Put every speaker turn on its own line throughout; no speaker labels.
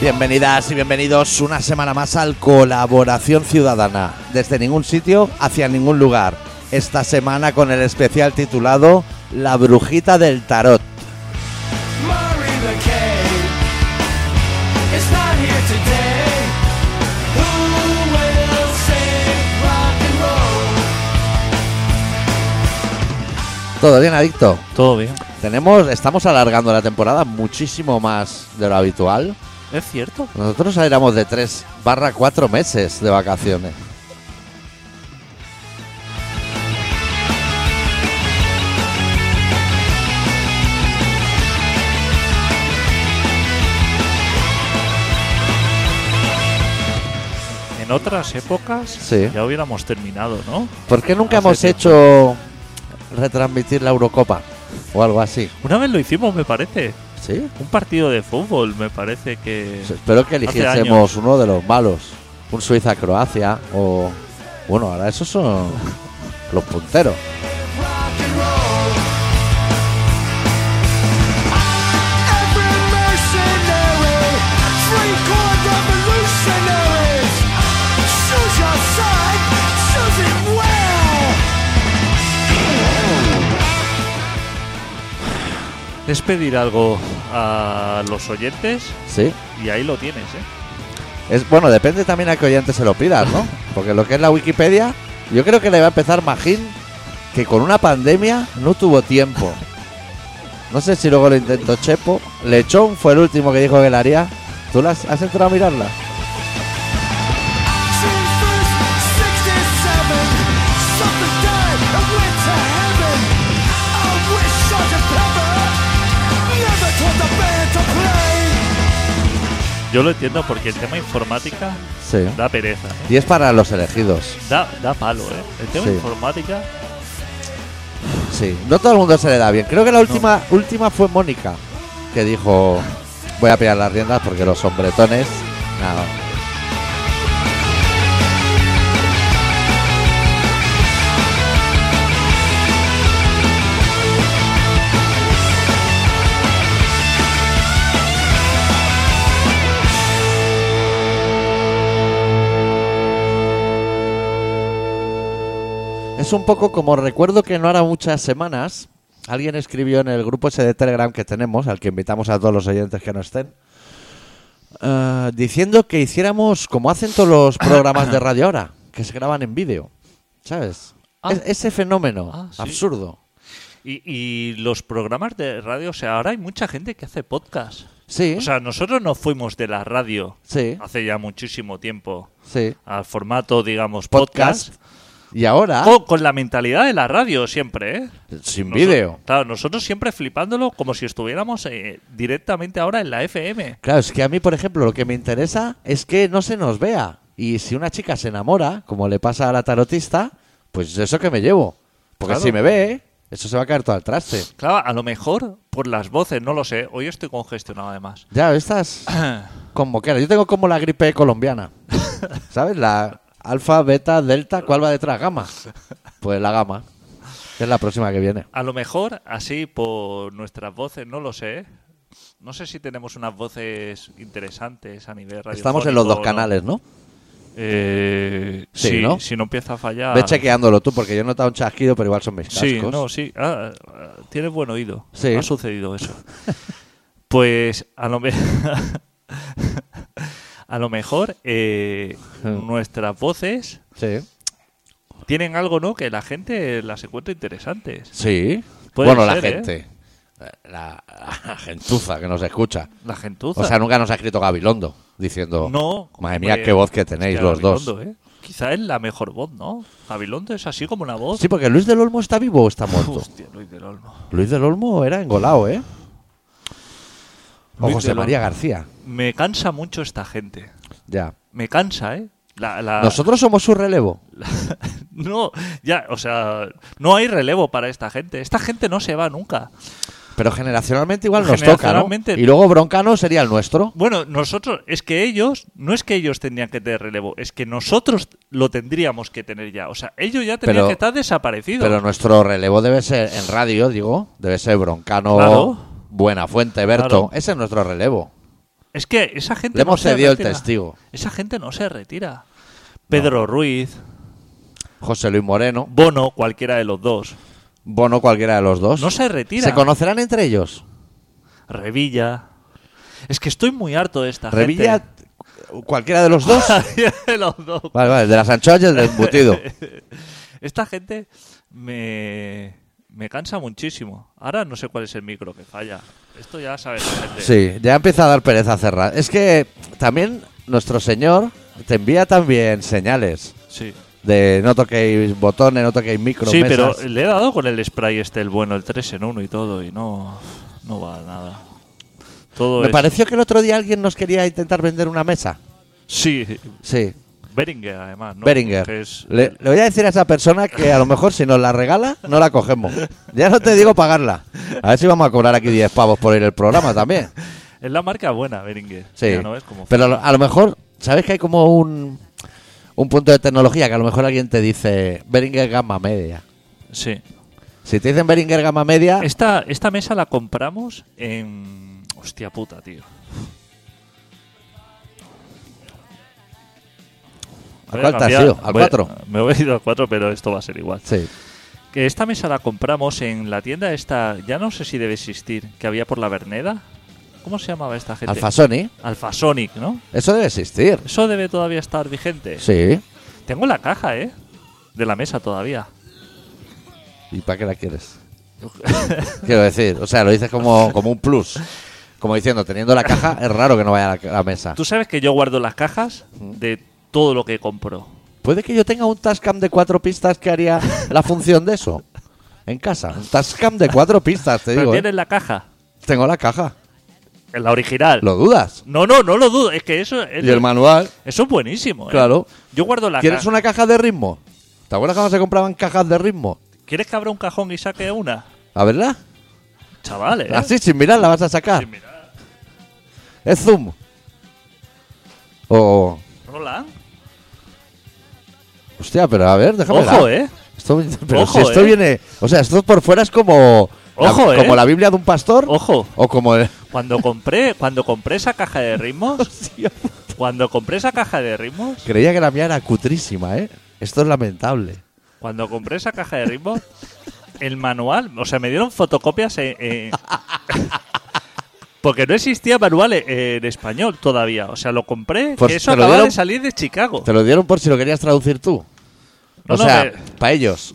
Bienvenidas y bienvenidos una semana más al Colaboración Ciudadana, desde ningún sitio hacia ningún lugar. Esta semana con el especial titulado La Brujita del Tarot.
Murray McKay is not here today. Who will save rock and roll?
¿Todo bien, Adicto?
Todo bien.
Tenemos, estamos alargando la temporada muchísimo más de lo habitual.
Es cierto.
Nosotros éramos de 3 barra 4 meses de vacaciones.
En otras épocas
Sí.
ya hubiéramos terminado, ¿no?
¿Por qué nunca
Hace
hemos hecho retransmitir la Eurocopa o algo así?
Una vez lo hicimos, me parece.
¿Sí?
Un partido de fútbol, me parece que.
Espero que
Hace
eligiésemos uno de los malos. Un Suiza-Croacia o... Bueno, ahora esos son los punteros.
Rock and roll. Every mercenary, free corps revolutionaries. Choose your side, choose it well.
Es pedir algo a los oyentes
¿Sí?
y ahí lo tienes, ¿eh?
Es, bueno, depende también a qué oyente se lo pidas, ¿no? Porque lo que es la Wikipedia, yo creo que le va a empezar Magín, que con una pandemia no tuvo tiempo. No sé si luego lo intentó Chepo. Lechón fue el último que dijo que la haría. ¿Tú las has entrado a mirarla?
June first, '67. Something died and went to heaven. I wish Sergeant Pepper never told the band to play.
Yo lo entiendo porque el tema informática
Sí.
da pereza, ¿eh?
Y es para los elegidos.
da, da palo, ¿eh? El tema
Sí.
informática,
Sí. No todo el mundo se le da bien. Creo que la última, última fue Mónica, que dijo, voy a pillar las riendas porque los hombretones... Nada. Es un poco como recuerdo que no hará muchas semanas alguien escribió en el grupo ese de Telegram que tenemos, al que invitamos a todos los oyentes que no estén, eh, diciendo que hiciéramos como hacen todos los programas de radio ahora, que se graban en vídeo, ¿sabes?
Ah.
Es- ese fenómeno
Ah, sí.
absurdo.
y, y los programas de radio, o sea, ahora hay mucha gente que hace podcast.
Sí,
O sea, nosotros nos fuimos de la radio
sí,
hace ya muchísimo tiempo
sí.
al formato, digamos, podcast.
Y ahora,
Con, con la mentalidad de la radio siempre, ¿eh?
sin
Noso-
vídeo.
Claro, nosotros siempre flipándolo como si estuviéramos eh, directamente ahora en la FM.
Claro, es que a mí, por ejemplo, lo que me interesa es que no se nos vea. Y si una chica se enamora, como le pasa a la tarotista, pues eso que me llevo. Porque
Claro.
si me ve, eso se va a caer todo al traste.
Claro, a lo mejor por las voces, no lo sé. Hoy estoy congestionado además.
Ya, estás con moquera. Yo tengo como la gripe colombiana. ¿Sabes? La alfa, beta, delta, ¿cuál va detrás? Gama. Pues la gama. que es la próxima que viene.
A lo mejor así por nuestras voces, no lo sé. No sé si tenemos unas voces interesantes a nivel radio.
Estamos en los dos canales, ¿no? Sí,
sí,
¿no?
Eh, si no empieza a fallar.
Ve chequeándolo tú, porque yo he notado un chasquido, pero igual son mis cascos.
Sí, no, sí. Ah, ah, tienes buen oído.
Sí.
Ha sucedido eso. pues a lo, me- a lo mejor eh,
Ah.
nuestras voces
Sí.
tienen algo, ¿no? Que la gente las encuentra interesantes.
Sí.
Puede
bueno, la
ser, ¿eh?
gente. La, la gentuza que nos escucha.
La gentuza.
O sea, nunca nos ha escrito Gabilondo diciendo.
no.
Madre mía,
hombre,
qué voz que tenéis
hostia,
los dos.
Gabilondo, ¿eh? Quizá es la mejor voz, ¿no? Gabilondo es así como una voz.
Sí, porque Luis del Olmo está vivo o está muerto.
Hostia, Luis del Olmo.
Luis del Olmo era engolado, ¿eh? O
Luis
José
del
María
Olmo.
García.
Me cansa mucho esta gente.
Ya.
Me cansa, ¿eh? La- la-
Nosotros somos su relevo.
No, ya, o sea, no hay relevo para esta gente. Esta gente no se va nunca.
Pero generacionalmente igual nos toca, ¿no?
Generacionalmente-
Y luego Broncano sería el nuestro.
Bueno, nosotros, es que ellos, no es que ellos tendrían que tener relevo, es que nosotros lo tendríamos que tener ya. O sea, ellos ya tendrían
Pero-
que estar desaparecidos.
Pero nuestro relevo debe ser en radio, digo. Debe ser Broncano,
Claro.
Buenafuente, Berto.
Claro.
Ese es nuestro relevo.
Es que esa gente
Le hemos
se
cedido el
retira.
testigo.
Esa gente no se retira. Pedro Ruiz,
José Luis Moreno,
Bono, cualquiera de los dos.
Bono, cualquiera de los dos.
No se retira.
¿Se conocerán entre ellos?
Revilla. Es que estoy muy harto de esta
Revilla,
gente.
cualquiera de los dos.
Cualquiera de los dos.
vale, vale, el de las anchoas y el del embutido.
Esta gente me, me cansa muchísimo. Ahora no sé cuál es el micro que falla. Esto ya sabes, gente.
Sí, ya empieza a dar pereza cerrar. Es que también nuestro señor te envía también señales
Sí,
de no toquéis botones, no toquéis micro,
Sí, pero
mesas.
le he dado con el spray este, el bueno, el 3 en 1 y todo, y no, no va a nada. Todo
Me
es-
pareció que el otro día alguien nos quería intentar vender una mesa.
Sí,
Sí,
Beringer además, ¿no?
Beringer.
Que es-
Le, le voy a decir a esa persona que a lo mejor si nos la regala, no la cogemos. Ya no te digo pagarla. A ver si vamos a cobrar aquí 10 pavos por ir el programa también.
Es la marca buena, Beringer.
Sí.
Ya no ves cómo
Pero a lo- a lo mejor, ¿sabes que hay como un, un punto de tecnología que a lo mejor alguien te dice Beringer Gamma Media?
Sí.
Si te dicen Beringer Gamma Media,
Esta, esta mesa la compramos en... Hostia puta, tío.
¿al
Voy
cuál
a
te has
cambiar-
ido? ¿Al
voy-
4?
Me voy a ir al 4, pero esto va a ser igual.
Sí.
Que esta mesa la compramos en la tienda esta, ya no sé si debe existir, que había por la Verneda. ¿Cómo se llamaba esta gente?
Alfasoni,
Alfasonic, ¿no?
eso debe existir.
Eso debe todavía estar vigente.
Sí.
Tengo la caja, ¿eh? De la mesa todavía.
¿Y para qué la quieres? Quiero decir, o sea, lo dices como, como un plus. Como diciendo, teniendo la caja, es raro que no vaya a la, a la mesa.
Tú sabes que yo guardo las cajas de todo lo que compro.
Puede que yo tenga un Tascam de cuatro pistas que haría la función de eso. En casa. Un Tascam de cuatro pistas, te
Pero
digo. ¿eh?
tienes la caja,
Tengo la caja.
en la original.
¿Lo dudas?
No, no, no lo dudo. Es que eso, es-
Y el manual,
eso es buenísimo. ¿eh?
claro.
Yo guardo la
¿Quieres
caja.
una caja de ritmo? ¿Te acuerdas cuando se compraban cajas de ritmo?
¿Quieres que abra un cajón y saque una?
A verla.
Chavales. ¿eh?
Así, sin mirar, la vas a sacar.
Sí, mira.
Es zoom. Oh, O.
Roland.
Hostia, pero a ver, déjame.
Ojo, ¿eh?
Esto, pero
Ojo,
si esto
eh.
viene. O sea, esto por fuera es como. la-
Ojo, eh.
Como la Biblia de un pastor.
Ojo.
O como. el-
Cuando compré, cuando compré esa caja de ritmos,
Hostia.
cuando compré esa caja de ritmos,
Creía que la mía era cutrísima, ¿eh? Esto es lamentable.
Cuando compré esa caja de ritmos, el manual, o sea, me dieron fotocopias en- en- porque no existía manual en, en español todavía. O sea, lo compré,
Pues
que eso
te lo
acababa
dieron-
de salir de Chicago.
Te lo dieron por si lo querías traducir tú.
No,
o
no,
sea,
me-
para ellos.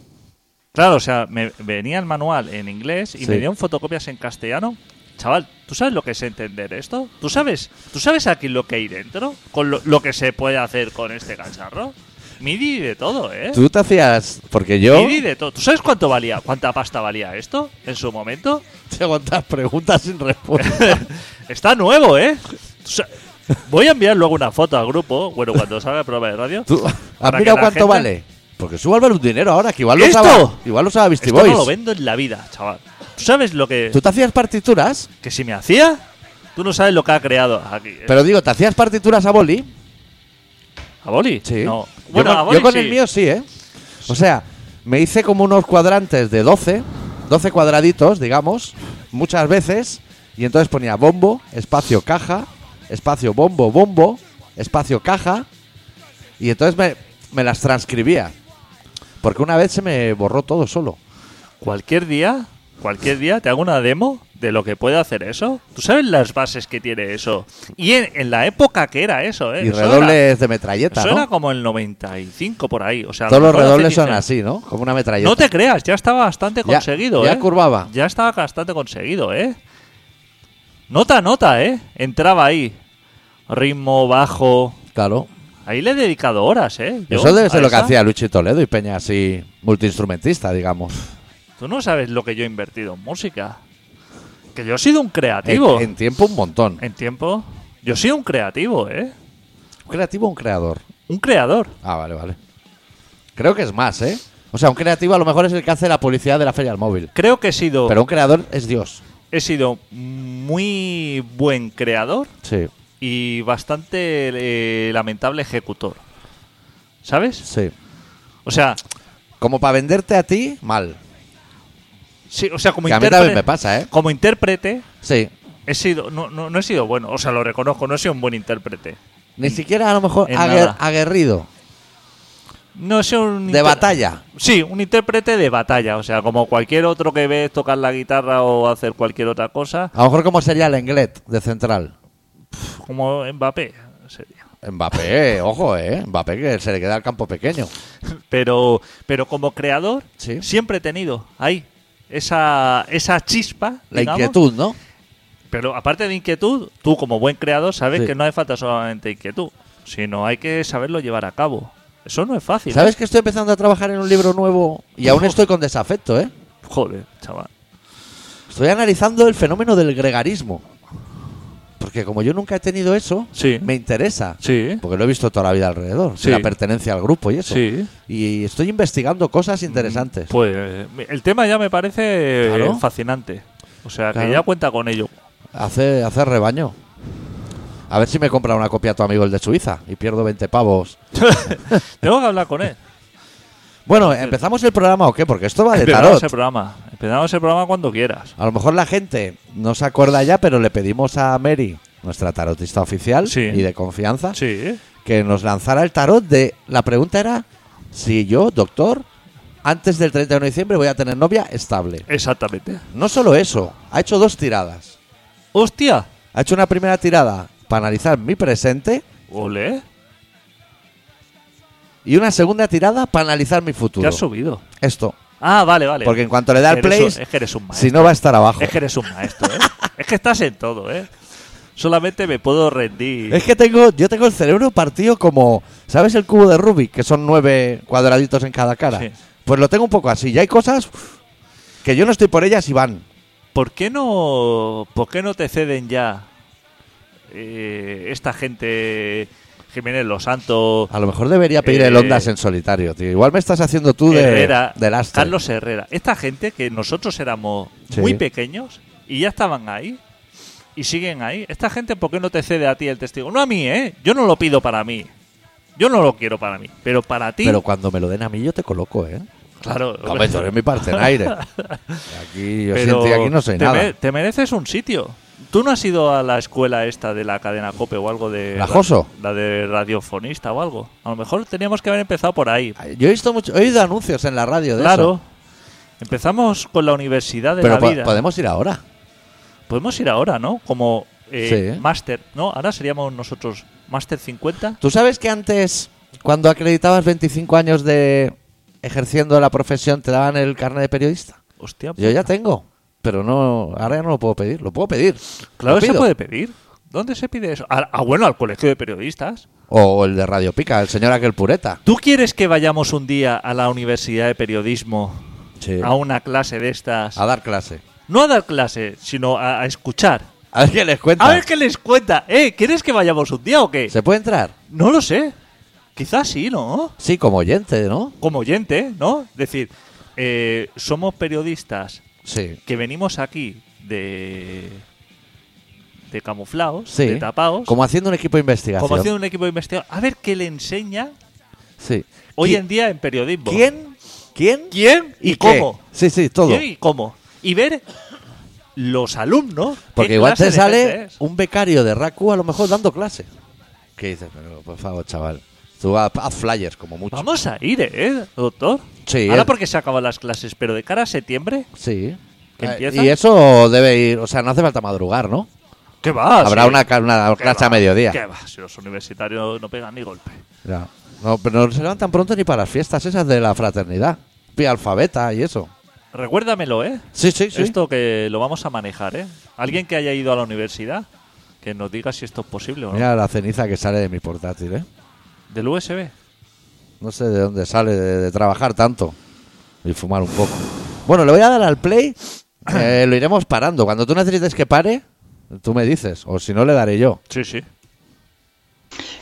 Claro, o sea, me venía el manual en inglés y
Sí.
me dieron fotocopias en castellano. Chaval, ¿tú sabes lo que es entender esto? ¿Tú sabes, ¿tú sabes aquí lo que hay dentro? Con lo, lo que se puede hacer con este cacharro. MIDI de todo, ¿eh?
Tú te hacías. Porque yo.
MIDI de todo. ¿Tú sabes cuánto valía, cuánta pasta valía esto en su momento?
Te aguantas preguntas sin respuesta.
Está nuevo, ¿eh? O sea, Voy a enviar luego una foto al grupo, bueno, cuando salga el programa de radio.
¿Tú has
Para que
mirado
la
cuánto
gente-
vale? Porque eso vale un dinero ahora, que igual lo
¿Esto?
usaba. Igual lo usaba Beastie
Esto no
Boys.
lo vendo en la vida, chaval. ¿Tú sabes lo que,
¿Tú te hacías partituras?
que si me hacía? Tú no sabes lo que ha creado aquí. ¿eh?
Pero digo, ¿te hacías partituras a boli?
¿A Boli?
Sí.
No.
Yo
Bueno,
con-
a
yo,
Boli
con
sí.
el mío sí, ¿eh? O sea, me hice como unos cuadrantes de 12, 12 cuadraditos, digamos, muchas veces, y entonces ponía bombo, espacio caja, espacio bombo, bombo, espacio caja, y entonces me, me las transcribía. Porque una vez se me borró todo solo.
Cualquier día, cualquier día te hago una demo de lo que puede hacer eso. ¿Tú sabes las bases que tiene eso? Y en, en la época que era eso, ¿eh?
Y
Eso era-
redobles de metralleta,
Eso era
¿no?
como el 95 por ahí. O sea, a lo
Todos los
mejor hace
redobles son
15.
así, ¿no? Como una metralleta.
No te creas, ya estaba bastante
Ya-
conseguido,
ya
¿eh?
curvaba.
Ya estaba bastante conseguido, ¿eh? Nota, nota, ¿eh? Entraba ahí. Ritmo bajo.
Claro.
Ahí le he dedicado horas, ¿eh? Yo
Eso debe
a
ser lo que
esa.
hacía Luchi Toledo y Peña así, multiinstrumentista, digamos.
Tú no sabes lo que yo he invertido en música. Que yo he sido un creativo. Eh.
En, en tiempo un montón.
En tiempo. Yo he sido un creativo, ¿eh?
¿Un creativo o un creador?
Un creador.
Ah, vale, vale. Creo que es más, ¿eh? O sea, un creativo a lo mejor es el que hace la publicidad de la feria al móvil.
Creo que he sido,
Pero un creador es Dios.
he sido muy buen creador.
Sí,
y bastante eh, lamentable ejecutor. ¿Sabes?
sí.
O sea,
Como para venderte a ti, mal.
sí, o sea como
Que a mí
intérprete.
también me pasa, ¿eh?
Como intérprete,
Sí.
he sido, no, no, no he sido bueno, o sea, lo reconozco, no he sido un buen intérprete.
Ni siquiera a lo mejor
en
aguer-
nada.
aguerrido.
No he sido un
De
inter-
batalla.
Sí, un intérprete de batalla, o sea, como cualquier otro que ves tocar la guitarra o hacer cualquier otra cosa,
A lo mejor como sería el Englet de central.
como Mbappé sería.
Mbappé, ojo, eh. Mbappé que se le queda el campo pequeño.
Pero, pero como creador,
Sí.
siempre he tenido ahí esa, esa chispa,
La
digamos.
inquietud, ¿no?
Pero aparte de inquietud, tú como buen creador sabes
Sí.
que no hace falta solamente inquietud, sino hay que saberlo llevar a cabo. Eso no es fácil. ¿eh?
¿Sabes que estoy empezando a trabajar en un libro nuevo y aún estoy con desafecto, eh?
Joder, chaval.
Estoy analizando el fenómeno del gregarismo. Porque como yo nunca he tenido eso,
Sí.
me interesa.
Sí,
Porque lo he visto toda la vida alrededor.
Sí.
La pertenencia al grupo y eso.
sí.
Y estoy investigando cosas interesantes.
Pues eh, el tema ya me parece eh,
Claro.
fascinante. O sea,
Claro.
que ya cuenta con ello.
Hace, hace rebaño. A ver si me compra una copia tu amigo el de Suiza y pierdo 20 pavos.
Tengo que hablar con él.
Bueno, ¿empezamos el programa o qué? Porque esto va de
Empezamos
tarot.
el programa. Empezamos el programa cuando quieras.
A lo mejor la gente no se acuerda ya, pero le pedimos a Mary, nuestra tarotista oficial
Sí.
y de confianza,
Sí.
que nos lanzara el tarot de... La pregunta era si yo, doctor, antes del 31 de diciembre voy a tener novia estable.
Exactamente.
No solo eso, ha hecho dos tiradas.
¡Hostia!
Ha hecho una primera tirada para analizar mi presente
Ole,
y una segunda tirada para analizar mi
¿qué
futuro.
has subido?
Esto.
Ah, vale, vale.
Porque en cuanto le da al
Eres
play,
un- es que eres un maestro.
si no va a estar abajo.
Es que eres un maestro, ¿eh? es que estás en todo, ¿eh? Solamente me puedo rendir.
Es que tengo, yo tengo el cerebro partido como, ¿sabes el cubo de Rubik? Que son nueve cuadraditos en cada cara.
Sí.
Pues lo tengo un poco así. Y hay cosas uf, que yo no estoy por ellas y van.
¿Por qué no, por qué no te ceden ya eh, esta gente, Jiménez Los Santos,
A lo mejor debería pedir el
Eh.
Ondas en solitario, tío. Igual me estás haciendo tú de,
Herrera,
de lastre.
Carlos Herrera? Esta gente que nosotros éramos
Sí.
muy pequeños y ya estaban ahí y siguen ahí. Esta gente, ¿por qué no te cede a ti el testigo? No a mí, ¿eh? Yo no lo pido para mí. Yo no lo quiero para mí, pero para ti,
Pero cuando me lo den a mí yo te coloco, ¿eh?
claro.
Hombre, yo soy mi parte en aire. Aquí, yo
Pero
sin ti aquí no soy
te,
nada.
mere- te mereces un sitio. ¿Tú no has ido a la escuela esta de la cadena COPE o algo de...
¿La Joso?
La de radiofonista o algo. A lo mejor teníamos que haber empezado por ahí.
Yo he visto mucho, he oído anuncios en la radio de
Claro.
eso.
Empezamos con la universidad de
Pero
la
po-
vida.
podemos ir ahora.
Podemos ir ahora, ¿no? Como eh,
Sí.
máster. No, ahora seríamos nosotros máster 50.
¿Tú sabes que antes, cuando acreditabas 25 años de ejerciendo la profesión, te daban el carnet de periodista?
Hostia.
Yo ya tengo, pero no, ahora ya no lo puedo pedir. Lo puedo pedir.
pues, Claro,
Lo
se
pido.
puede pedir. ¿Dónde se pide eso? Ah, ah, bueno, al colegio de periodistas.
O el de Radio Pica, el señor aquel pureta.
¿Tú quieres que vayamos un día a la universidad de periodismo
Sí.
a una clase de estas?
A dar clase.
No a dar clase, sino a, a escuchar.
A ver qué les cuenta.
A ver qué les cuenta. Eh, ¿quieres que vayamos un día o qué?
¿Se puede entrar?
No lo sé. Quizás sí, ¿no?
Sí, como oyente, ¿no?
Como oyente, ¿no? Es decir, eh, somos periodistas
Sí.
que venimos aquí de. de camuflados,
Sí.
de tapados.
Como haciendo un equipo de investigación.
como haciendo un equipo de investigación. A ver qué le enseña
Sí.
hoy
¿Qui-
en día en periodismo.
¿Quién? ¿Quién?
¿Quién
¿Y,
y,
qué?
cómo?
Sí, sí, todo.
¿Quién y cómo? Y ver los alumnos. qué
Porque igual
clase
te
de gente
sale
es.
un becario de Raku a lo mejor dando clase. ¿Qué dices? Pero, por favor, chaval. Tú ha- haz flyers como mucho.
Vamos a ir, ¿eh, doctor?
Sí,
Ahora
eh.
porque se acaban las clases, pero de cara a septiembre,
Sí.
¿Que
Eh,
empieza?
Y eso debe ir, o sea, no hace falta madrugar, ¿no?
¿qué va?
Habrá
Ah, Sí.
una, ca- una
¿Qué
clase
va?
a mediodía.
¿Qué va? Si los universitarios no pegan ni golpe.
Ya. No, pero no se levantan pronto ni para las fiestas esas de la fraternidad. Pi alfabeta y eso.
Recuérdamelo, ¿eh?
Sí, sí, sí.
Esto que lo vamos a manejar, ¿eh? Alguien que haya ido a la universidad, que nos diga si esto es posible o no.
Mira la ceniza que sale de mi portátil, ¿eh?
Del USB.
No sé de dónde sale de, de trabajar tanto y fumar un poco. Bueno, le voy a dar al play. eh, lo iremos parando. Cuando tú necesites que pare, tú me dices. O si no, le daré yo.
Sí, sí.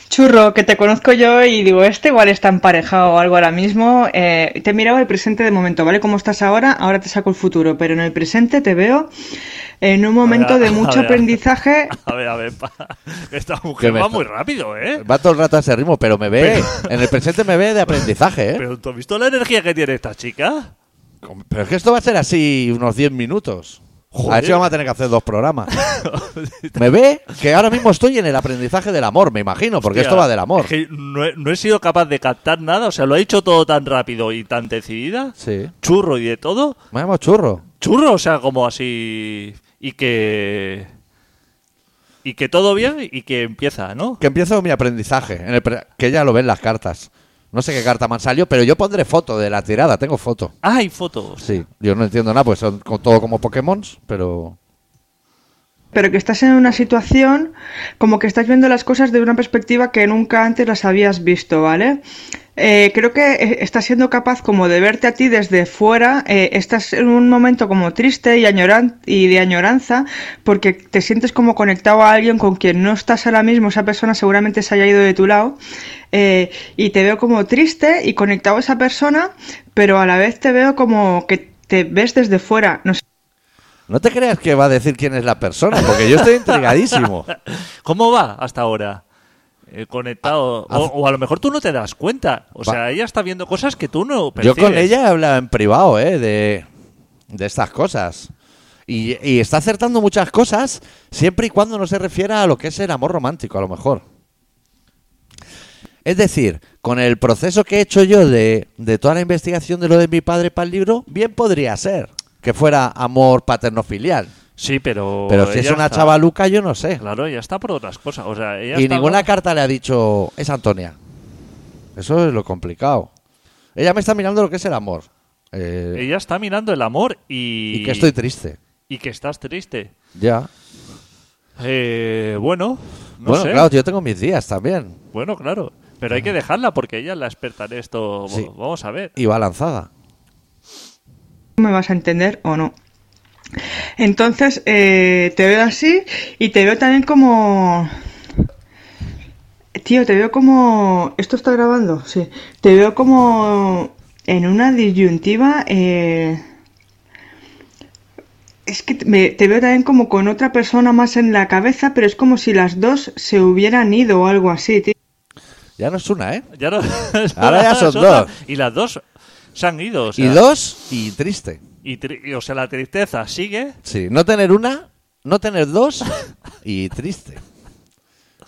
Churro, que te conozco yo y digo, este igual está emparejado o algo ahora mismo. Eh, te he mirado el presente de momento, ¿vale? Como estás ahora, ahora te saco el futuro, pero en el presente te veo en un momento
ver,
de
a
mucho
ver.
aprendizaje.
A ver, a ver. pa- Esta
¿Qué
mujer
me
va
está-
muy rápido, ¿eh?
Va todo el rato a ese ritmo, pero me ve. en el presente me ve de aprendizaje, ¿eh? Pero,
Pero ¿tú has visto la energía que tiene esta chica?
es que esto va a ser así unos 10 minutos. A ver si vamos a tener que hacer dos programas. Me ve que ahora mismo estoy en el aprendizaje del amor, me imagino, porque
Hostia,
esto va del amor.
es que no, he, no he sido capaz de captar nada, o sea, lo ha dicho todo tan rápido y tan decidida.
Sí.
Churro y de todo.
Me llamo churro.
Churro, o sea, como así. Y que. Y que todo bien y que empieza, ¿no?
Que empiezo mi aprendizaje, en el pre- que ya lo ven las cartas. No sé qué carta me han salido, pero yo pondré foto de la tirada, tengo foto.
Ah, hay fotos.
Sí, yo no entiendo nada, pues son co- todo como Pokémon, pero...
Pero que estás en una situación como que estás viendo las cosas desde una perspectiva que nunca antes las habías visto, ¿vale? Eh, creo que eh, estás siendo capaz como de verte a ti desde fuera, eh, estás en un momento como triste y, añoran y de añoranza porque te sientes como conectado a alguien con quien no estás ahora mismo, esa persona seguramente se haya ido de tu lado eh, y te veo como triste y conectado a esa persona, pero a la vez te veo como que te ves desde fuera, no sé.
No te creas que va a decir quién es la persona, porque yo estoy intrigadísimo.
¿Cómo va hasta ahora? Eh, conectado.
Ah,
o,
haz-
o a lo mejor tú no te das cuenta. O
Va-
sea, ella está viendo cosas que tú no
Yo
percibes.
con ella he hablado en privado, ¿eh? De, de estas cosas. Y, y está acertando muchas cosas, siempre y cuando no se refiera a lo que es el amor romántico, a lo mejor. Es decir, con el proceso que he hecho yo de, de toda la investigación de lo de mi padre para el libro, bien podría ser que fuera amor paterno-filial.
Sí, pero.
Pero si es
ella
una
Pues está-
chavaluca, yo no sé.
Claro, ella está por otras cosas. O sea, ella
Y
está-
ninguna carta le ha dicho, es Antonia. Eso es lo complicado. Ella me está mirando lo que es el amor. Eh,
Ella está mirando el amor y.
Y que estoy triste.
y que estás triste.
Ya.
Eh, bueno, no
bueno,
sé.
claro, yo tengo mis días también.
Bueno, claro. Pero hay que dejarla porque ella es la experta en esto.
Sí.
Vamos a ver.
Y va lanzada.
me vas a entender o no. Entonces, eh, te veo así y te veo también como... Tío, te veo como... ¿Esto está grabando? Sí. Te veo como en una disyuntiva... eh, Es que me- te veo también como con otra persona más en la cabeza, pero es como si las dos se hubieran ido o algo así, tío.
Ya no es una, ¿eh?
Ya no-
Ahora ya son
otra.
dos.
Y las dos se han ido. O sea,
y dos y triste.
y tri- y, o sea, la tristeza sigue.
Sí, no tener una, no tener dos y triste.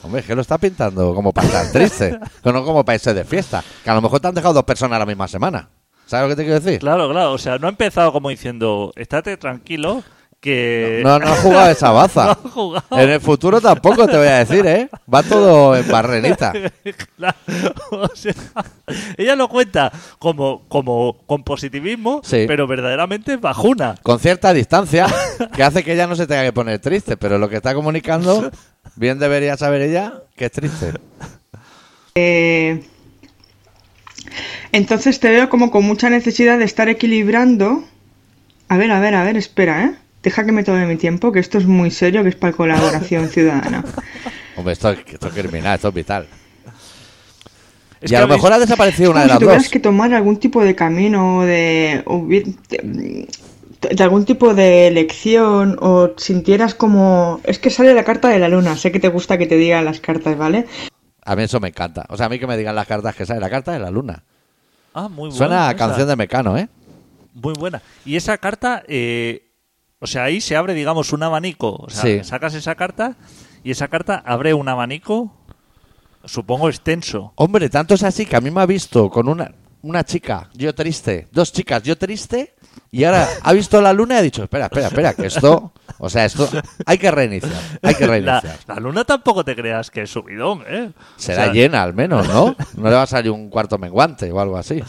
Hombre, es que lo está pintando como para estar triste, que no como para irse de fiesta. Que a lo mejor te han dejado dos personas la misma semana. ¿Sabes lo que te quiero decir?
Claro, claro. O sea, no ha empezado como diciendo, estate tranquilo que...
No, no has jugado esa baza.
Eh, No has jugado.
En el futuro tampoco te voy a decir, ¿eh? Va todo en barrenita.
Claro, o sea, ella lo cuenta como, como con positivismo,
Sí.
pero verdaderamente es bajuna.
con cierta distancia que hace que ella no se tenga que poner triste, pero lo que está comunicando, bien debería saber ella que es triste.
Eh, entonces te veo como con mucha necesidad de estar equilibrando. A ver, a ver, a ver, espera, ¿eh? Deja que me tome mi tiempo, que esto es muy serio, que es para colaboración ciudadana.
Hombre, esto, es- esto es criminal, esto es vital.
Es
y
que
a lo
habéis-
mejor ha desaparecido una
Como
de
si
las
tuvieras
dos.
que tomar algún tipo de camino o de, o bien- de, de algún tipo de elección o sintieras como... Es que sale la carta de la luna, sé que te gusta que te digan las cartas, ¿vale?
A mí eso me encanta. O sea, a mí que me digan las cartas que sale la carta de la luna.
Ah, muy buena.
Suena a
esa.
canción de Mecano, ¿eh?
Muy buena. Y esa carta, eh, o sea, ahí se abre, digamos, un abanico. O sea,
Sí.
sacas esa carta y esa carta abre un abanico, supongo extenso.
Hombre, tanto es así que a mí me ha visto con una, una chica, yo triste, dos chicas, yo triste, y ahora ha visto la luna y ha dicho, espera, espera, espera, que esto, o sea, esto hay que reiniciar, hay que
La,
reiniciar.
la luna tampoco te creas que es subidón, ¿eh?
Será
O sea,
llena al menos, ¿no? No le va a salir un cuarto menguante o algo así.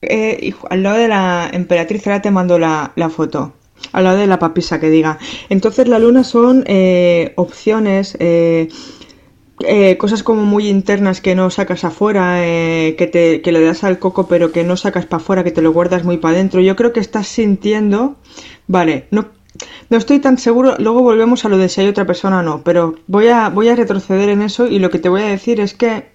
Eh, y ju- al lado de la emperatriz, ahora te mando la, la foto. Al lado de la papisa que diga. Entonces la luna son eh, opciones, eh, eh, cosas como muy internas que no sacas afuera, eh, que, te, que le das al coco pero que no sacas para afuera, que te lo guardas muy para adentro. Yo creo que estás sintiendo... Vale, no, no estoy tan seguro, luego volvemos a lo de si hay otra persona o no, pero voy a, voy a retroceder en eso y lo que te voy a decir es que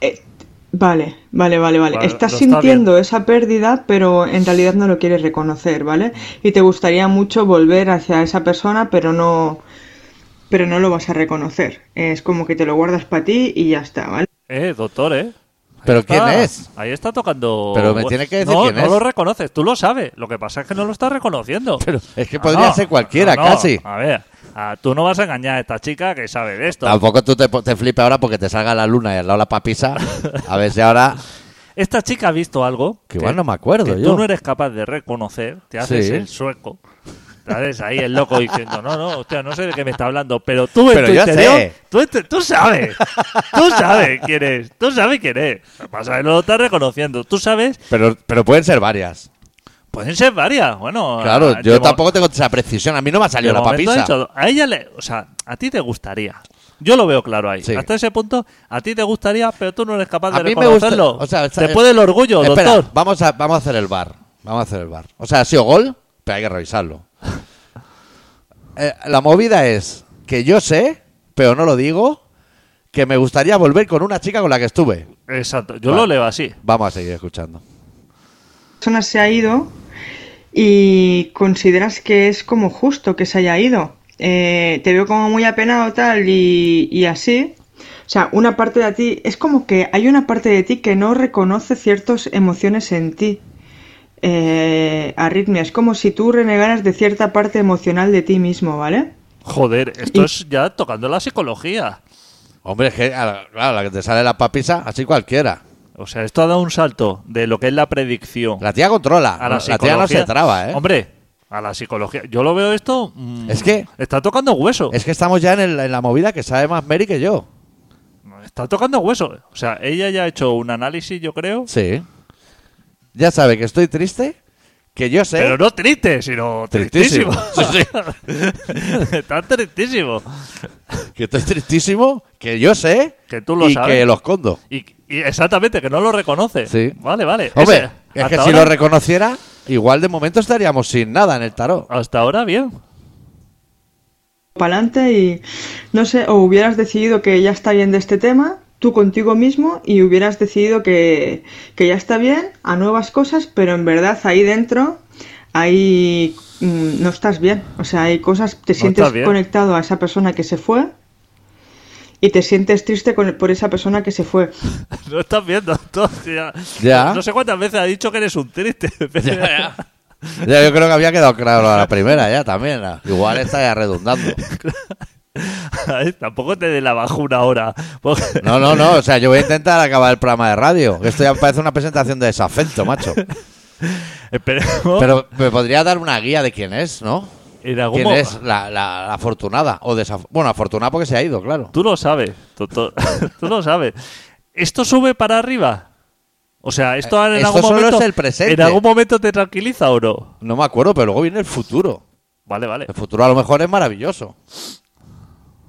eh, vale, vale, vale, vale.
Vale,
Estás
lo está
sintiendo esa pérdida, pero en realidad no lo quieres reconocer, ¿vale? Y te gustaría mucho volver hacia esa persona, pero no, pero no lo vas a reconocer. Es como que te lo guardas para ti y ya está, ¿vale?
Eh, doctor, ¿eh?
¿Pero
está-
quién es?
Ahí está tocando.
Pero me tiene que decir
no,
quién
no
es.
lo reconoces, tú lo sabes. Lo que pasa es que no lo estás reconociendo.
Pero es que podría ser cualquiera,
no, no.
casi.
A ver, ah, tú no vas a engañar a esta chica que sabe de esto.
Tampoco tú te, po- te flipes ahora porque te salga la luna y al lado la papisa. A ver si ahora.
Esta chica ha visto algo
Que igual no me acuerdo
que
yo.
tú no eres capaz de reconocer, te haces
Sí.
el sueco. Te haces ahí el loco diciendo, no, no, hostia, no sé de qué me está hablando, pero tú en
Pero
tu
yo
interior,
sé.
Tú, en tu- tú sabes, tú sabes quién es, tú sabes quién es. Lo que pasa es que no lo estás reconociendo, tú sabes,
Pero, pero pueden ser varias.
pueden ser varias, bueno.
Claro,
de
yo
mo-
tampoco tengo esa precisión. A mí no me ha
Ah, de
salido la
momento
papisa.
he dicho, a ella le, o sea, a ti te gustaría. Yo lo veo claro ahí.
Sí.
Hasta ese punto, a ti te gustaría, pero tú no eres capaz
A
de
mí me gusta.
reconocerlo.
o sea, está-
te puede el orgullo,
Espera,
doctor.
Vamos a, vamos a hacer el bar. Vamos a hacer el bar. O sea, ha sido gol, pero hay que revisarlo. Eh, la movida es que yo sé, pero no lo digo, que me gustaría volver con una chica con la que estuve.
Exacto, yo
Vale.
lo leo así.
Vamos a seguir escuchando.
persona se ha ido y consideras que es como justo que se haya ido. Eh, te veo como muy apenado tal y, y así. O sea, una parte de ti, es como que hay una parte de ti que no reconoce ciertas emociones en ti. Eh, arritmia, es como si tú renegaras de cierta parte emocional de ti mismo, ¿vale?
Joder, esto
Y-
es ya tocando la psicología.
Hombre, es que a la, claro, la que te sale la papisa, así cualquiera.
O sea, esto ha dado un salto de lo que es la predicción
La tía controla.
a la
la
psicología.
tía no se traba, ¿eh?
Hombre, a la psicología. Yo lo veo esto. mm,
Es que-
Está tocando hueso.
Es que estamos ya en, el- en la movida que sabe más Mary que yo.
Está tocando hueso. O sea, ella ya ha hecho un análisis, yo creo.
Sí. Ya sabe que estoy triste, que yo sé.
Pero no triste, sino tristísimo.
¿Eh? Tristísimo.
está tristísimo.
que estoy tristísimo, que yo sé
Que tú lo
y
sabes.
que lo escondo.
Y, y exactamente, que no lo reconoce.
Sí.
Vale, vale.
Hombre,
Ese-
es que
hasta
si
ahora-
lo reconociera, igual de momento estaríamos sin nada en el tarot.
Hasta ahora, bien.
para adelante y no sé, o hubieras decidido que ya está bien de este tema, tú contigo mismo, y hubieras decidido que, que ya está bien a nuevas cosas, pero en verdad ahí dentro, ahí mm, no estás bien. O sea, hay cosas, te
No
sientes
estás bien.
conectado a esa persona que se fue. Y te sientes triste con- por esa persona que se fue.
No estás viendo, entonces, ya.
Ya.
No sé cuántas veces ha dicho que eres un triste.
Ya, yo creo que había quedado claro a la primera ya también. ¿no? Igual está ya redundando.
Ay, Tampoco te dé la bajuna ahora. porque-
No, no, no. O sea, yo voy a intentar acabar el programa de radio. que Esto ya parece una presentación de desafecto, macho.
Esperemos.
Pero me podría dar una guía de quién es, ¿no?
en algún
¿Quién
mo-
es la, la- la afortunada? o desaf- Bueno, afortunada porque se ha ido, claro.
Tú lo sabes. doctor. Tú lo sabes. ¿Esto sube para arriba? O sea, esto
Eh,
en
esto
algún
solo
momento.
es el presente.
¿En algún momento te tranquiliza o no?
No me acuerdo, pero luego viene el futuro.
Vale, vale.
El futuro a lo mejor es maravilloso.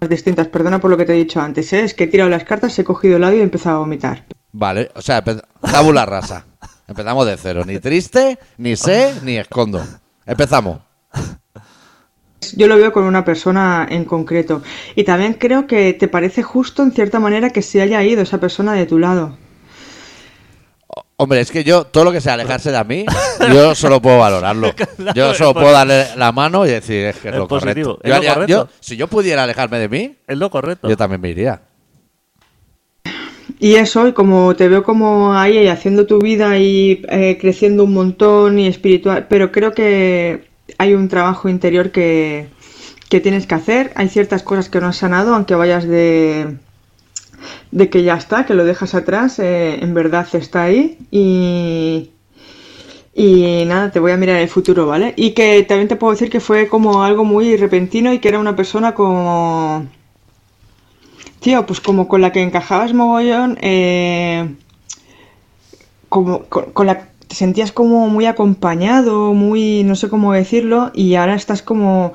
Las distintas, perdona por lo que te he dicho antes, ¿eh? es que he tirado las cartas, he cogido el audio y he empezado a vomitar.
Vale, o sea, empe- tabula rasa. Empezamos de cero. Ni triste, ni sé, ni escondo. Empezamos.
Yo lo veo con una persona en concreto. Y también creo que te parece justo, en cierta manera, que se haya ido esa persona de tu lado.
Hombre, es que yo, todo lo que sea alejarse de mí, yo solo puedo valorarlo. Yo solo puedo darle la mano y decir, es que es
Es
lo
positivo,
correcto.
es
Yo
lo
haría-
correcto.
yo- si yo pudiera alejarme de mí,
Es lo correcto.
yo también me iría.
Y eso, y como te veo como ahí y haciendo tu vida y eh, creciendo un montón y espiritual, pero creo que hay un trabajo interior que, que tienes que hacer. Hay ciertas cosas que no has sanado, aunque vayas de, de que ya está, que lo dejas atrás, eh, en verdad está ahí. Y, Y nada, te voy a mirar el futuro, ¿vale? Y que también te puedo decir que fue como algo muy repentino y que era una persona como... Tío, pues como con la que encajabas mogollón, eh, como con, con la te sentías como muy acompañado, muy no sé cómo decirlo, y ahora estás como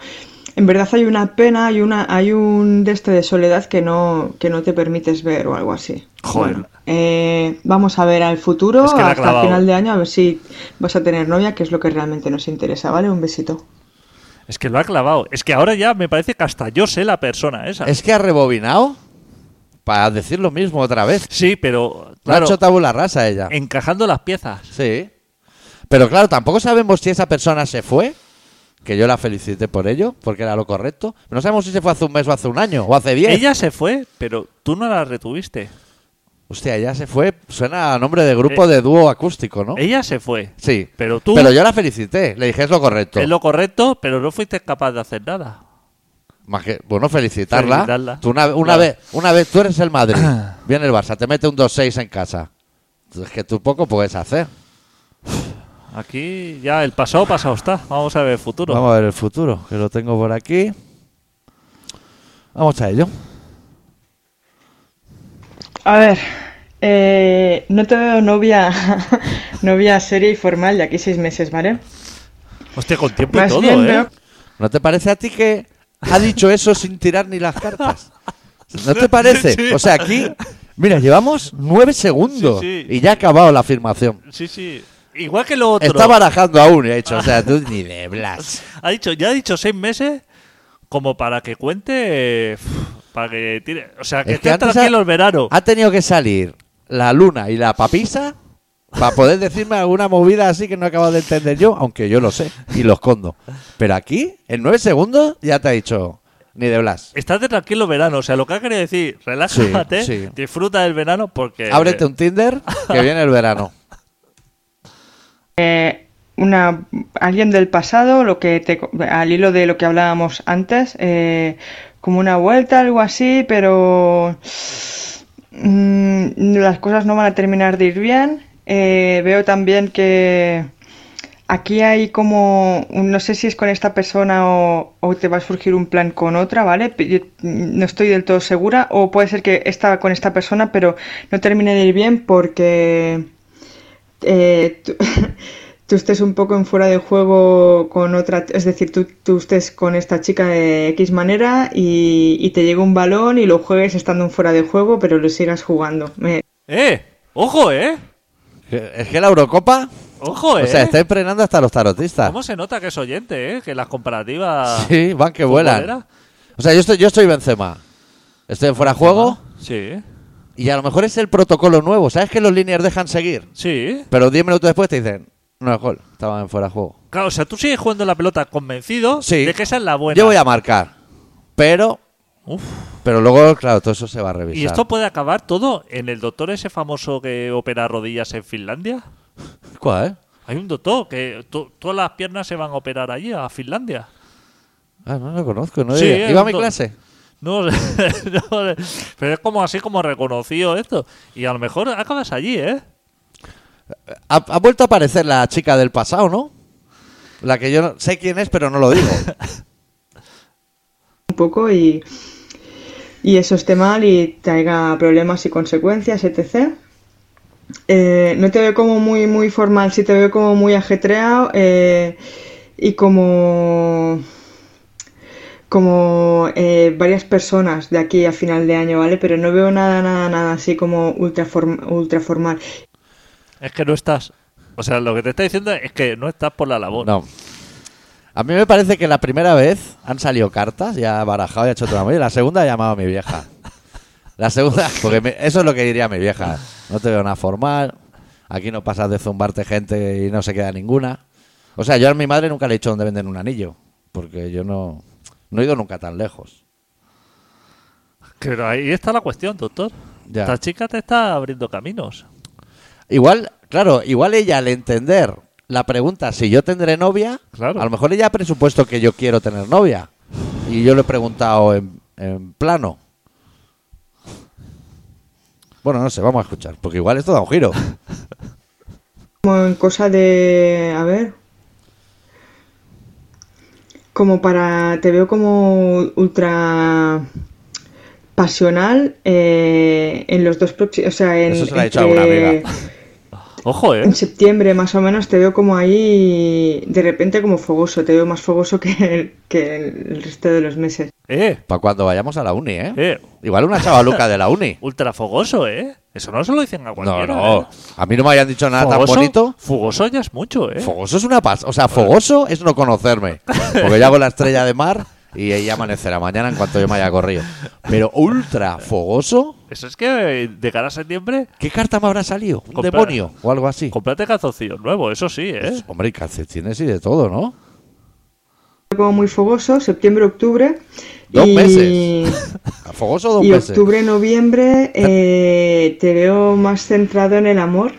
en verdad hay una pena, hay una hay un de este de soledad que no que no te permites ver o algo así.
Joder.
Bueno, eh, vamos a ver al futuro
Es que la ha
hasta el
clavado.
final de año a ver si vas a tener novia, que es lo que realmente nos interesa, ¿vale? Un besito.
Es que lo ha clavado. Es que ahora ya me parece que hasta yo sé la persona esa.
Es que ha rebobinado para decir lo mismo otra vez.
Sí, pero.
Lo ha
Claro,
hecho tabula rasa ella.
encajando las piezas.
Sí. Pero claro, tampoco sabemos si esa persona se fue, que yo la felicité por ello, porque era lo correcto. No sabemos si se fue hace un mes o hace un año, o hace diez.
Ella se fue, pero tú no la retuviste.
Hostia, ya se fue. Suena a nombre de grupo de dúo acústico, ¿no?
Eh, Ella se fue.
Sí.
Pero tú
Pero yo la felicité. Le dije es lo correcto.
es lo correcto, pero no fuiste capaz de hacer nada.
Más que, bueno, felicitarla.
Felicitarla.
Tú una, una
Claro.
vez, una vez tú eres el Madrid, viene el Barça, te mete un 2-6 en casa. Es que tú poco puedes hacer.
Aquí ya el pasado pasado está. Vamos a ver el futuro.
Vamos a ver el futuro, que lo tengo por aquí. Vamos a ello.
A ver, eh, no te veo novia, novia seria y formal de aquí seis meses, ¿vale?
Hostia, con tiempo y
Más
todo,
bien
¿eh?
veo-
¿No te parece a ti que ha dicho eso sin tirar ni las cartas? ¿No te parece?
Sí.
O sea, aquí, mira, llevamos nueve segundos
Sí, sí.
y ya ha acabado la afirmación.
Sí, sí. Igual que lo otro.
Está barajando aún y ha dicho, o sea, tú ni de Blas.
Ha dicho, ya ha dicho seis meses como para que cuente. eh, Para que tire. O sea, que
Es que
esté
antes
tranquilo
ha-
el verano.
Ha tenido que salir la luna y la papisa para poder decirme alguna movida así que no acabo de entender yo, aunque yo lo sé y lo escondo. Pero aquí, en nueve segundos, ya te ha dicho ni de Blas.
Estate tranquilo verano. O sea, lo que ha querido decir, relájate,
Sí, sí.
disfruta del verano porque.
Ábrete un Tinder que viene el verano.
eh, una, alguien del pasado, lo que te, al hilo de lo que hablábamos antes, eh, como una vuelta, algo así, pero mm, las cosas no van a terminar de ir bien. Eh, veo también que aquí hay como, un- no sé si es con esta persona o, o te va a surgir un plan con otra, ¿vale? Pe- yo, mm, no estoy del todo segura, o puede ser que está con esta persona, pero no termine de ir bien porque eh, tú, tú estés un poco en fuera de juego con otra, es decir, tú, tú estés con esta chica de X manera y, y te llega un balón y lo juegues estando en fuera de juego, pero lo sigas jugando. Me-
¡Eh! ¡Ojo, eh!
Es que la Eurocopa,
¡Ojo, eh!
o sea, este- está entrenando hasta los tarotistas.
¿Cómo se nota que es oyente, eh? Que las comparativas.
Sí, van que vuelan.
futboleras.
O sea, yo estoy, yo estoy Benzema. Estoy en fuera de juego
Sí,
y a lo mejor es el protocolo nuevo. ¿Sabes que los líneas dejan seguir?
sí.
Pero 10 minutos después te dicen, no es gol, estaba en fuera de juego.
Claro, o sea, tú sigues jugando la pelota convencido
Sí.
de que esa es la buena.
Yo voy a marcar. Pero,
Uf.
pero luego, claro, todo eso se va a revisar.
Y esto puede acabar todo en el doctor ese famoso que opera rodillas en Finlandia.
¿Cuál, eh?
Hay un doctor que to- todas las piernas se van a operar allí, a Finlandia.
Ah, no lo conozco, no
Sí,
diría.
es
Iba a
un
mi
do-
clase.
No, no, pero es como así como reconocido esto. Y a lo mejor acabas allí, ¿eh?
Ha, ha vuelto a aparecer la chica del pasado, ¿no? La que yo no- sé quién es, pero no lo digo.
un poco y, y eso esté mal y traiga problemas y consecuencias, etc. Eh, no te veo como muy, muy formal, sí te veo como muy ajetreado eh, y como, como eh, varias personas de aquí a final de año, ¿vale? Pero no veo nada, nada, nada así como ultra, form- ultra formal.
Es que no estás. O sea, lo que te está diciendo es que no estás por la labor.
No. A mí me parece que la primera vez han salido cartas, ya ha barajado y ha hecho toda la movida. La segunda ha llamado a mi vieja. La segunda, porque me- eso es lo que diría mi vieja. No te veo nada formal. Aquí no pasas de zumbarte gente y no se queda ninguna. O sea, yo a mi madre nunca le he dicho dónde venden un anillo, porque yo no, no he ido nunca tan lejos.
Pero ahí está la cuestión, doctor.
Ya.
Esta chica te está abriendo caminos.
Igual, claro, igual ella al entender la pregunta si yo tendré novia,
Claro.
a lo mejor ella ha presupuesto que yo quiero tener novia. Y yo le he preguntado en, en plano. Bueno, no sé, vamos a escuchar, porque igual esto da un giro.
Como en cosa de, a ver, como para, te veo como ultra pasional eh, en los dos próximos, o sea, en,
Eso se lo ha dicho
entre-
a una amiga. ¿eh?
Ojo, ¿eh?
en septiembre más o menos te veo como ahí, de repente como fogoso, te veo más fogoso que el, que el resto de los meses.
Eh,
Para cuando vayamos a la uni, ¿eh?
eh.
Igual una chavaluca de la uni.
Ultra fogoso, ¿eh? Eso no se lo dicen a
No,
cualquiera. ¿eh?
no. A mí no me habían dicho nada
Fogoso-
tan bonito.
Fogoso ya es mucho, ¿eh?
Fogoso es una paz. O sea, fogoso es no conocerme. Porque yo hago la estrella de mar y ella amanecerá mañana en cuanto yo me haya corrido. Pero ultra fogoso.
Eso es que eh, de cara a septiembre,
¿Qué carta me habrá salido? ¿Un
Comprar-
demonio o algo así?
comprate calzoncillos nuevos, eso sí, ¿eh?
Pues, hombre, y calcetines y de todo, ¿no?
Te veo como muy fogoso, septiembre, octubre.
Dos
y-
meses. fogoso dos
Y
meses.
octubre, noviembre, eh, te veo más centrado en el amor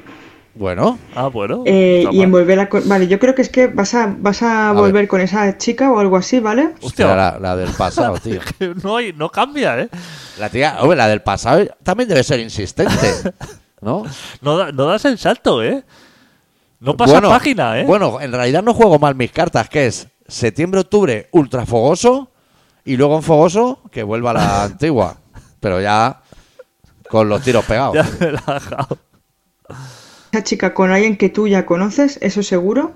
Bueno,
Ah, bueno.
eh,
está
y en
mal.
volver a... co- Vale, yo creo que es que vas a, vas a,
A ver.
volver con esa chica o algo así, ¿vale?
hostia,
Hostia,
la, la del pasado, tío.
no, hay- no cambia, ¿eh?
La tía, hombre, la del pasado también debe ser insistente, ¿no?
No, da- no das el salto, ¿eh? No pasa página, ¿eh?
Bueno, en realidad no juego mal mis cartas, que es septiembre, octubre, ultra fogoso, y luego en fogoso, que vuelva la antigua. Pero ya con los tiros pegados.
Ya me la ha dejado.
Esa chica con alguien que tú ya conoces, eso seguro.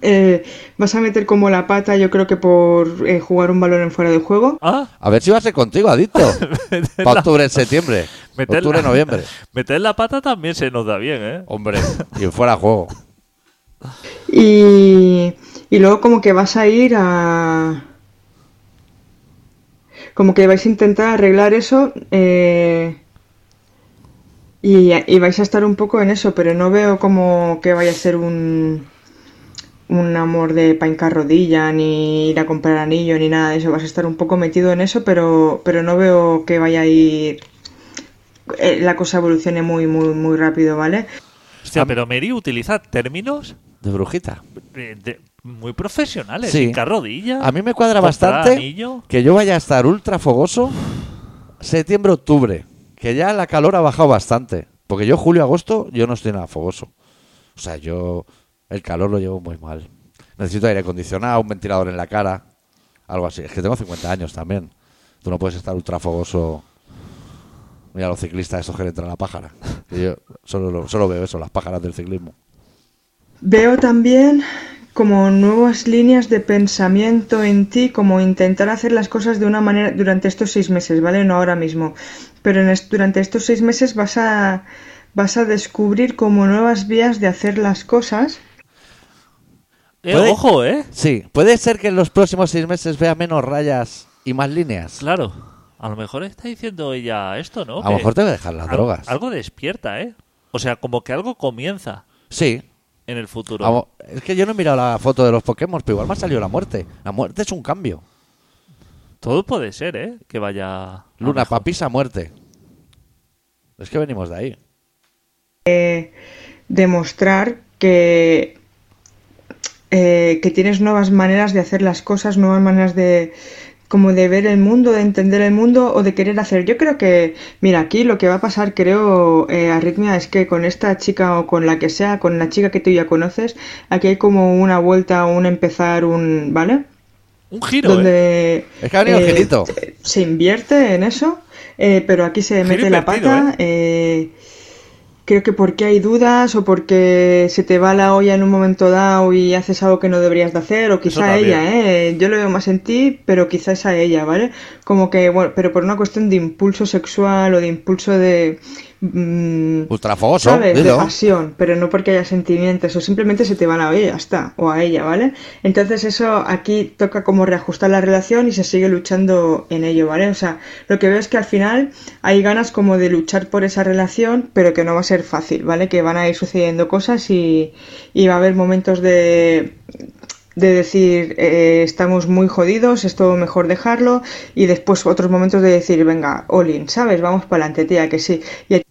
Eh, vas a meter como la pata, yo creo que por eh, jugar un balón en fuera de juego.
Ah,
A ver si va a ser contigo, adicto.
meter
Para
la,
octubre, septiembre.
meter
octubre,
la-
noviembre.
meter la pata también se nos da bien, ¿eh?
Hombre, y fuera juego.
Y, y luego como que vas a ir a... Como que vais a intentar arreglar eso eh, y, y vais a estar un poco en eso, pero no veo como que vaya a ser un, un amor de pancar rodilla, ni ir a comprar anillo, ni nada de eso. Vas a estar un poco metido en eso, pero, pero no veo que vaya a ir... eh, la cosa evolucione muy, muy, muy rápido, ¿vale?
Hostia, pero Mary utiliza términos
De brujita.
eh, de- muy profesionales.
Sí.
Hincar rodilla.
A mí me cuadra
comprar
bastante
anillo.
que yo vaya a estar ultra fogoso septiembre, octubre. Que ya la calor ha bajado bastante. Porque yo julio, agosto, yo no estoy nada fogoso. O sea, yo el calor lo llevo muy mal. Necesito aire acondicionado, un ventilador en la cara, algo así. Es que tengo 50 años también. Tú no puedes estar ultra fogoso. Mira los ciclistas esos que le entran a la pájara. Que yo solo, lo- solo veo eso, las pájaras del ciclismo.
Veo también como nuevas líneas de pensamiento en ti, como intentar hacer las cosas de una manera durante estos seis meses, ¿vale? No ahora mismo, pero en est- durante estos seis meses vas a, vas a descubrir como nuevas vías de hacer las cosas.
Eh,
Puede-
ojo, ¿eh?
Sí, puede ser que en los próximos seis meses vea menos rayas y más líneas.
Claro. A lo mejor está diciendo ella esto, ¿no?
A lo
Que
mejor tengo que dejar las
al-
drogas.
Algo despierta, ¿eh? O sea, como que algo comienza
Sí.
en el futuro.
Vamos, es que yo no he mirado la foto de los Pokémon, pero igual me ha salido la muerte. La muerte es un cambio.
Todo puede ser, ¿eh? Que vaya. a
Luna,
mejor.
papisa, muerte. Es que venimos de ahí.
demostrar que, eh, que tienes nuevas maneras de hacer las cosas, nuevas maneras de como de ver el mundo, de entender el mundo o de querer hacer. Yo creo que, mira, aquí lo que va a pasar, creo, eh, Arritmia, es que con esta chica o con la que sea, con la chica que tú ya conoces, aquí hay como una vuelta, un empezar, un, ¿vale?
Un giro, ¿eh?
donde
Es que ha venido el girito.
se- se invierte en eso, eh, pero aquí se
Giro
mete la
invertido,
pata. eh, creo que porque hay dudas o porque se te va la olla en un momento dado y haces algo que no deberías de hacer, o quizá
también.
ella, eh, yo lo veo más en ti, pero quizá es a ella, ¿vale? Como que, bueno, pero por una cuestión de impulso sexual o de impulso de... mm,
Ultrafogoso,
¿sabes? De
dilo.
pasión, pero no porque haya sentimientos, o simplemente se te van a ella, ya está, o a ella, ¿vale? Entonces eso aquí toca como reajustar la relación y se sigue luchando en ello, ¿vale? O sea, lo que veo es que al final hay ganas como de luchar por esa relación, pero que no va a ser fácil, ¿vale? Que van a ir sucediendo cosas y, y va a haber momentos de de decir eh, estamos muy jodidos, esto mejor dejarlo y después otros momentos de decir venga, Olin, ¿sabes? Vamos para adelante, tía, que sí. Y aquí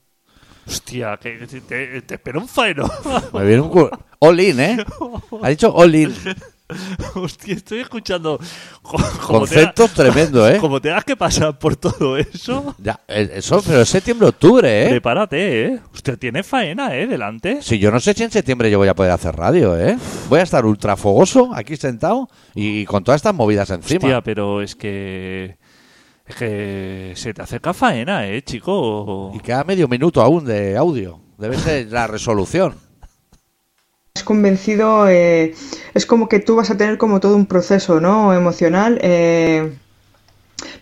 Hostia, que te, te- te espera un faeno.
Me viene un cu- All in, ¿eh? Ha dicho all in.
Hostia, estoy escuchando. co- Como
Conceptos
tengas-
tremendo, ¿eh?
Como tengas que pasar por todo eso,
Ya, eh, eso, pero es septiembre, octubre, ¿eh?
prepárate, ¿eh? Usted tiene faena, ¿eh? Delante.
Si yo no sé si en septiembre yo voy a poder hacer radio, ¿eh? Voy a estar ultrafogoso aquí sentado y con todas estas movidas encima.
Hostia, pero es que. Es que se te acerca faena, ¿eh, chico?
Y queda medio minuto aún de audio. Debe ser la resolución.
has convencido, eh, es como que tú vas a tener como todo un proceso, ¿no? Emocional. eh,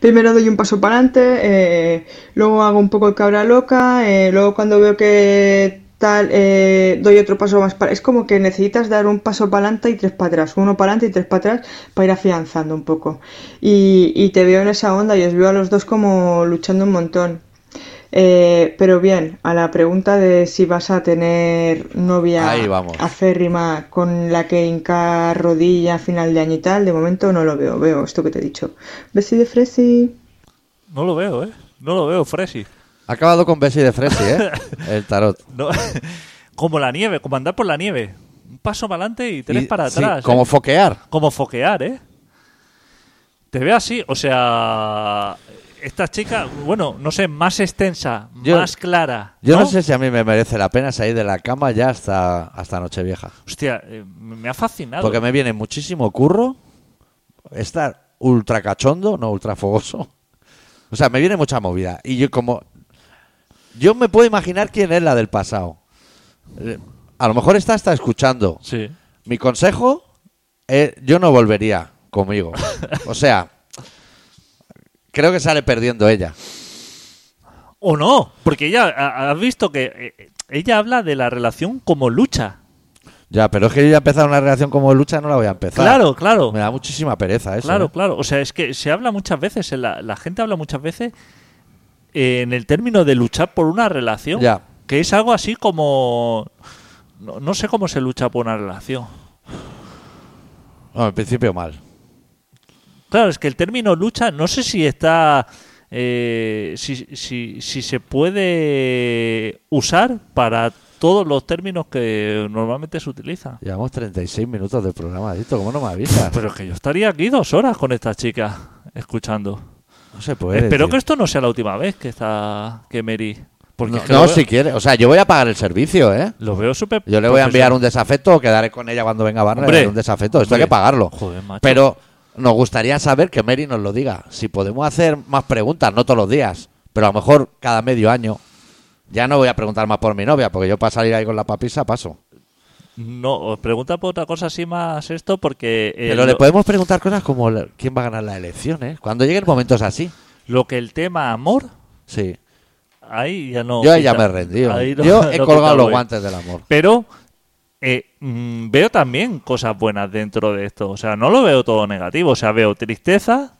primero doy un paso para adelante, eh, luego hago un poco el cabra loca, eh, luego cuando veo que tal, eh, doy otro paso más para... Es como que necesitas dar un paso para adelante y tres para atrás, uno para adelante y tres para atrás para ir afianzando un poco. Y, y te veo en esa onda y os veo a los dos como luchando un montón. Eh, pero bien, a la pregunta de si vas a tener novia
Ahí vamos.
aférrima con la que hincar rodilla a final de año y tal, de momento no lo veo. Veo esto que te he dicho. Besi de Fresi.
No lo veo, ¿eh? No lo veo, Fresi.
Ha acabado con Bessie de Fresi, ¿eh? El tarot.
No, como la nieve, como andar por la nieve. Un paso para adelante y tres
Y-
para
sí,
atrás. ¿eh?
como foquear.
como foquear, ¿eh? Te veo así, o sea, esta chica, bueno, no sé, más extensa,
Yo-
más clara.
Yo
¿no?
¿No? sé si a mí me merece la pena salir de la cama ya hasta, hasta Nochevieja.
Hostia, eh, me ha fascinado.
Porque me viene muchísimo curro estar ultra cachondo, no ultra fogoso. O sea, me viene mucha movida. Y yo como... Yo me puedo imaginar quién es la del pasado. Eh, A lo mejor está hasta escuchando.
Sí.
Mi consejo es, yo no volvería conmigo. O sea, creo que sale perdiendo ella.
O no, porque ella, ha- has visto que eh, ella habla de la relación como lucha.
Ya, pero es que yo ya he empezado una relación como lucha, no la voy a empezar.
Claro, claro.
Me da muchísima pereza eso.
Claro,
¿eh?
claro. O sea, es que se habla muchas veces, en la, la gente habla muchas veces eh, en el término de luchar por una relación.
Ya.
Que es algo así como... No, no sé cómo se lucha por una relación.
No, en principio mal.
Claro, es que el término lucha no sé si está... eh, si, si- si se puede usar para todos los términos que normalmente se utilizan.
Llevamos 36 minutos de programa, Dito. ¿Cómo no me avisas?
Pero es que yo estaría aquí dos horas con esta chica escuchando.
no se puede.
Espero
tío.
que esto no sea la última vez que está que Mary. Porque
No,
es que
no,
lo, veo,
si quiere. O sea, yo voy a pagar el servicio, ¿eh?
lo veo súper.
Yo le voy a enviar un
profesional.
desafeto o quedaré con ella cuando venga a Barna. Le
¿eh? Hombre,
daré un desafeto. Esto hay
hombre.
que pagarlo.
Joder, macho.
Pero nos gustaría saber que Mary nos lo diga. Si podemos hacer más preguntas, no todos los días, pero a lo mejor cada medio año. Ya no voy a preguntar más por mi novia, porque yo para salir ahí con la papisa paso.
No, os pregunta por otra cosa así más esto porque. eh,
Pero le
lo,
podemos preguntar cosas como la- quién va a ganar las elecciones. Cuando lleguen momentos así.
lo que el tema amor,
Sí.
ahí ya no.
yo ahí ya
quita-
me he rendido.
ahí no-
yo he
no quita
colgado los
bueno.
guantes del amor.
Pero eh, mm, veo también cosas buenas dentro de esto. O sea, no lo veo todo negativo. O sea, veo tristeza,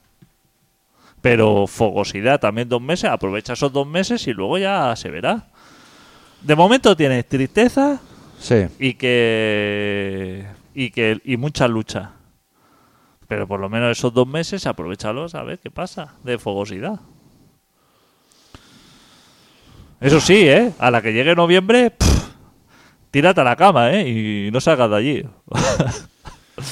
pero fogosidad también dos meses. Aprovecha esos dos meses y luego ya se verá. De momento tienes tristeza
Sí.
y que y que y mucha lucha. Pero por lo menos esos dos meses aprovechalos a ver qué pasa de fogosidad. Eso sí, ¿eh? A la que llegue noviembre, pff, tírate a la cama, ¿eh? Y no salgas de allí.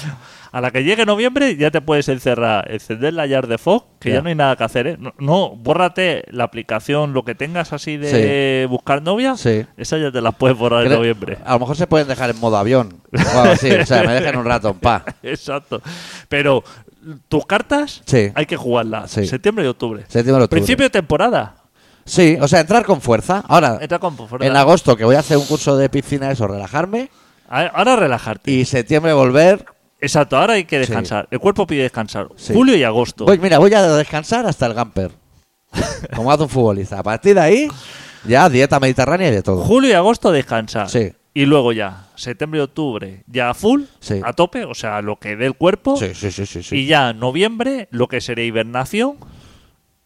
a la que llegue noviembre ya te puedes encerrar, encender la Yard de Fox, que
Ya.
ya no hay nada que hacer, ¿eh? No, no, bórrate la aplicación, lo que tengas así de buscar novia,
Sí.
esa ya te la puedes borrar en
Creo-
noviembre.
A lo mejor se pueden dejar en modo avión. O algo así. O sea, me dejen un rato en paz.
Exacto. Pero tus cartas
Sí.
hay que jugarlas.
Sí.
Septiembre y octubre.
Septiembre, octubre.
Principio de temporada.
Sí, o sea, entrar con fuerza. Ahora,
Entra con fuerza.
Ah. en agosto que voy a hacer un curso de piscina, eso, relajarme.
A- Ahora relajarte.
Y septiembre volver.
Exacto, ahora hay que descansar. El cuerpo pide descansar.
Sí.
Julio y agosto.
Voy, mira, voy a descansar hasta el Gamper. Como hace un futbolista. A partir de ahí, ya dieta mediterránea y de todo.
Julio y agosto descansar.
Sí.
Y luego ya, septiembre y octubre, ya a full,
Sí.
a tope, o sea, lo que dé el cuerpo.
Sí, sí, sí, sí. sí.
Y ya noviembre, lo que sería hibernación.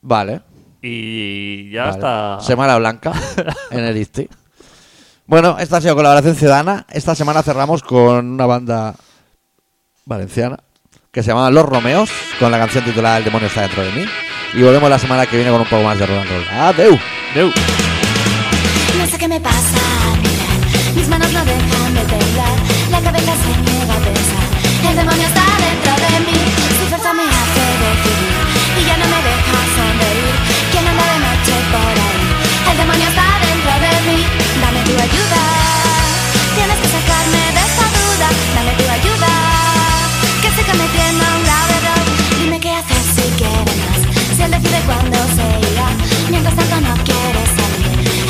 Vale.
Y ya
vale.
hasta.
Semana Blanca en el ISTI. Bueno, esta ha sido colaboración ciudadana. Esta semana cerramos con una banda valenciana que se llamaba Los Romeos, con la canción titulada El demonio está dentro de mí. Y volvemos la semana que viene con un poco más de Roland Roll. ¡Adeu!
Deu.
No sé qué me pasa, mis manos no dejan de temblar, la cabeza se niega a pensar, el demonio está dentro de mí, su fuerza me hace decidir y ya no me deja sonreír, quien anda de noche por ahí, el demonio está dentro de mí, dame tu ayuda, tienes que sacarme de esta duda, dame tu ayuda, que sé que me tiendo a un grave error, dime qué hacer si quieres más, si él decide cuándo se irá, mientras tanto no quieres salir.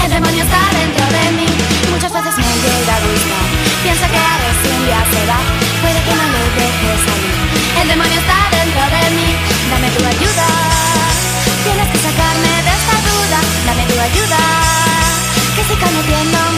El demonio está dentro de mí, muchas veces me llega a gustar. Pienso que a ver si un día se va, puede que no lo deje salir. El demonio está dentro de mí, dame tu ayuda. Tienes que sacarme de esta duda, dame tu ayuda. Que siga metiendo un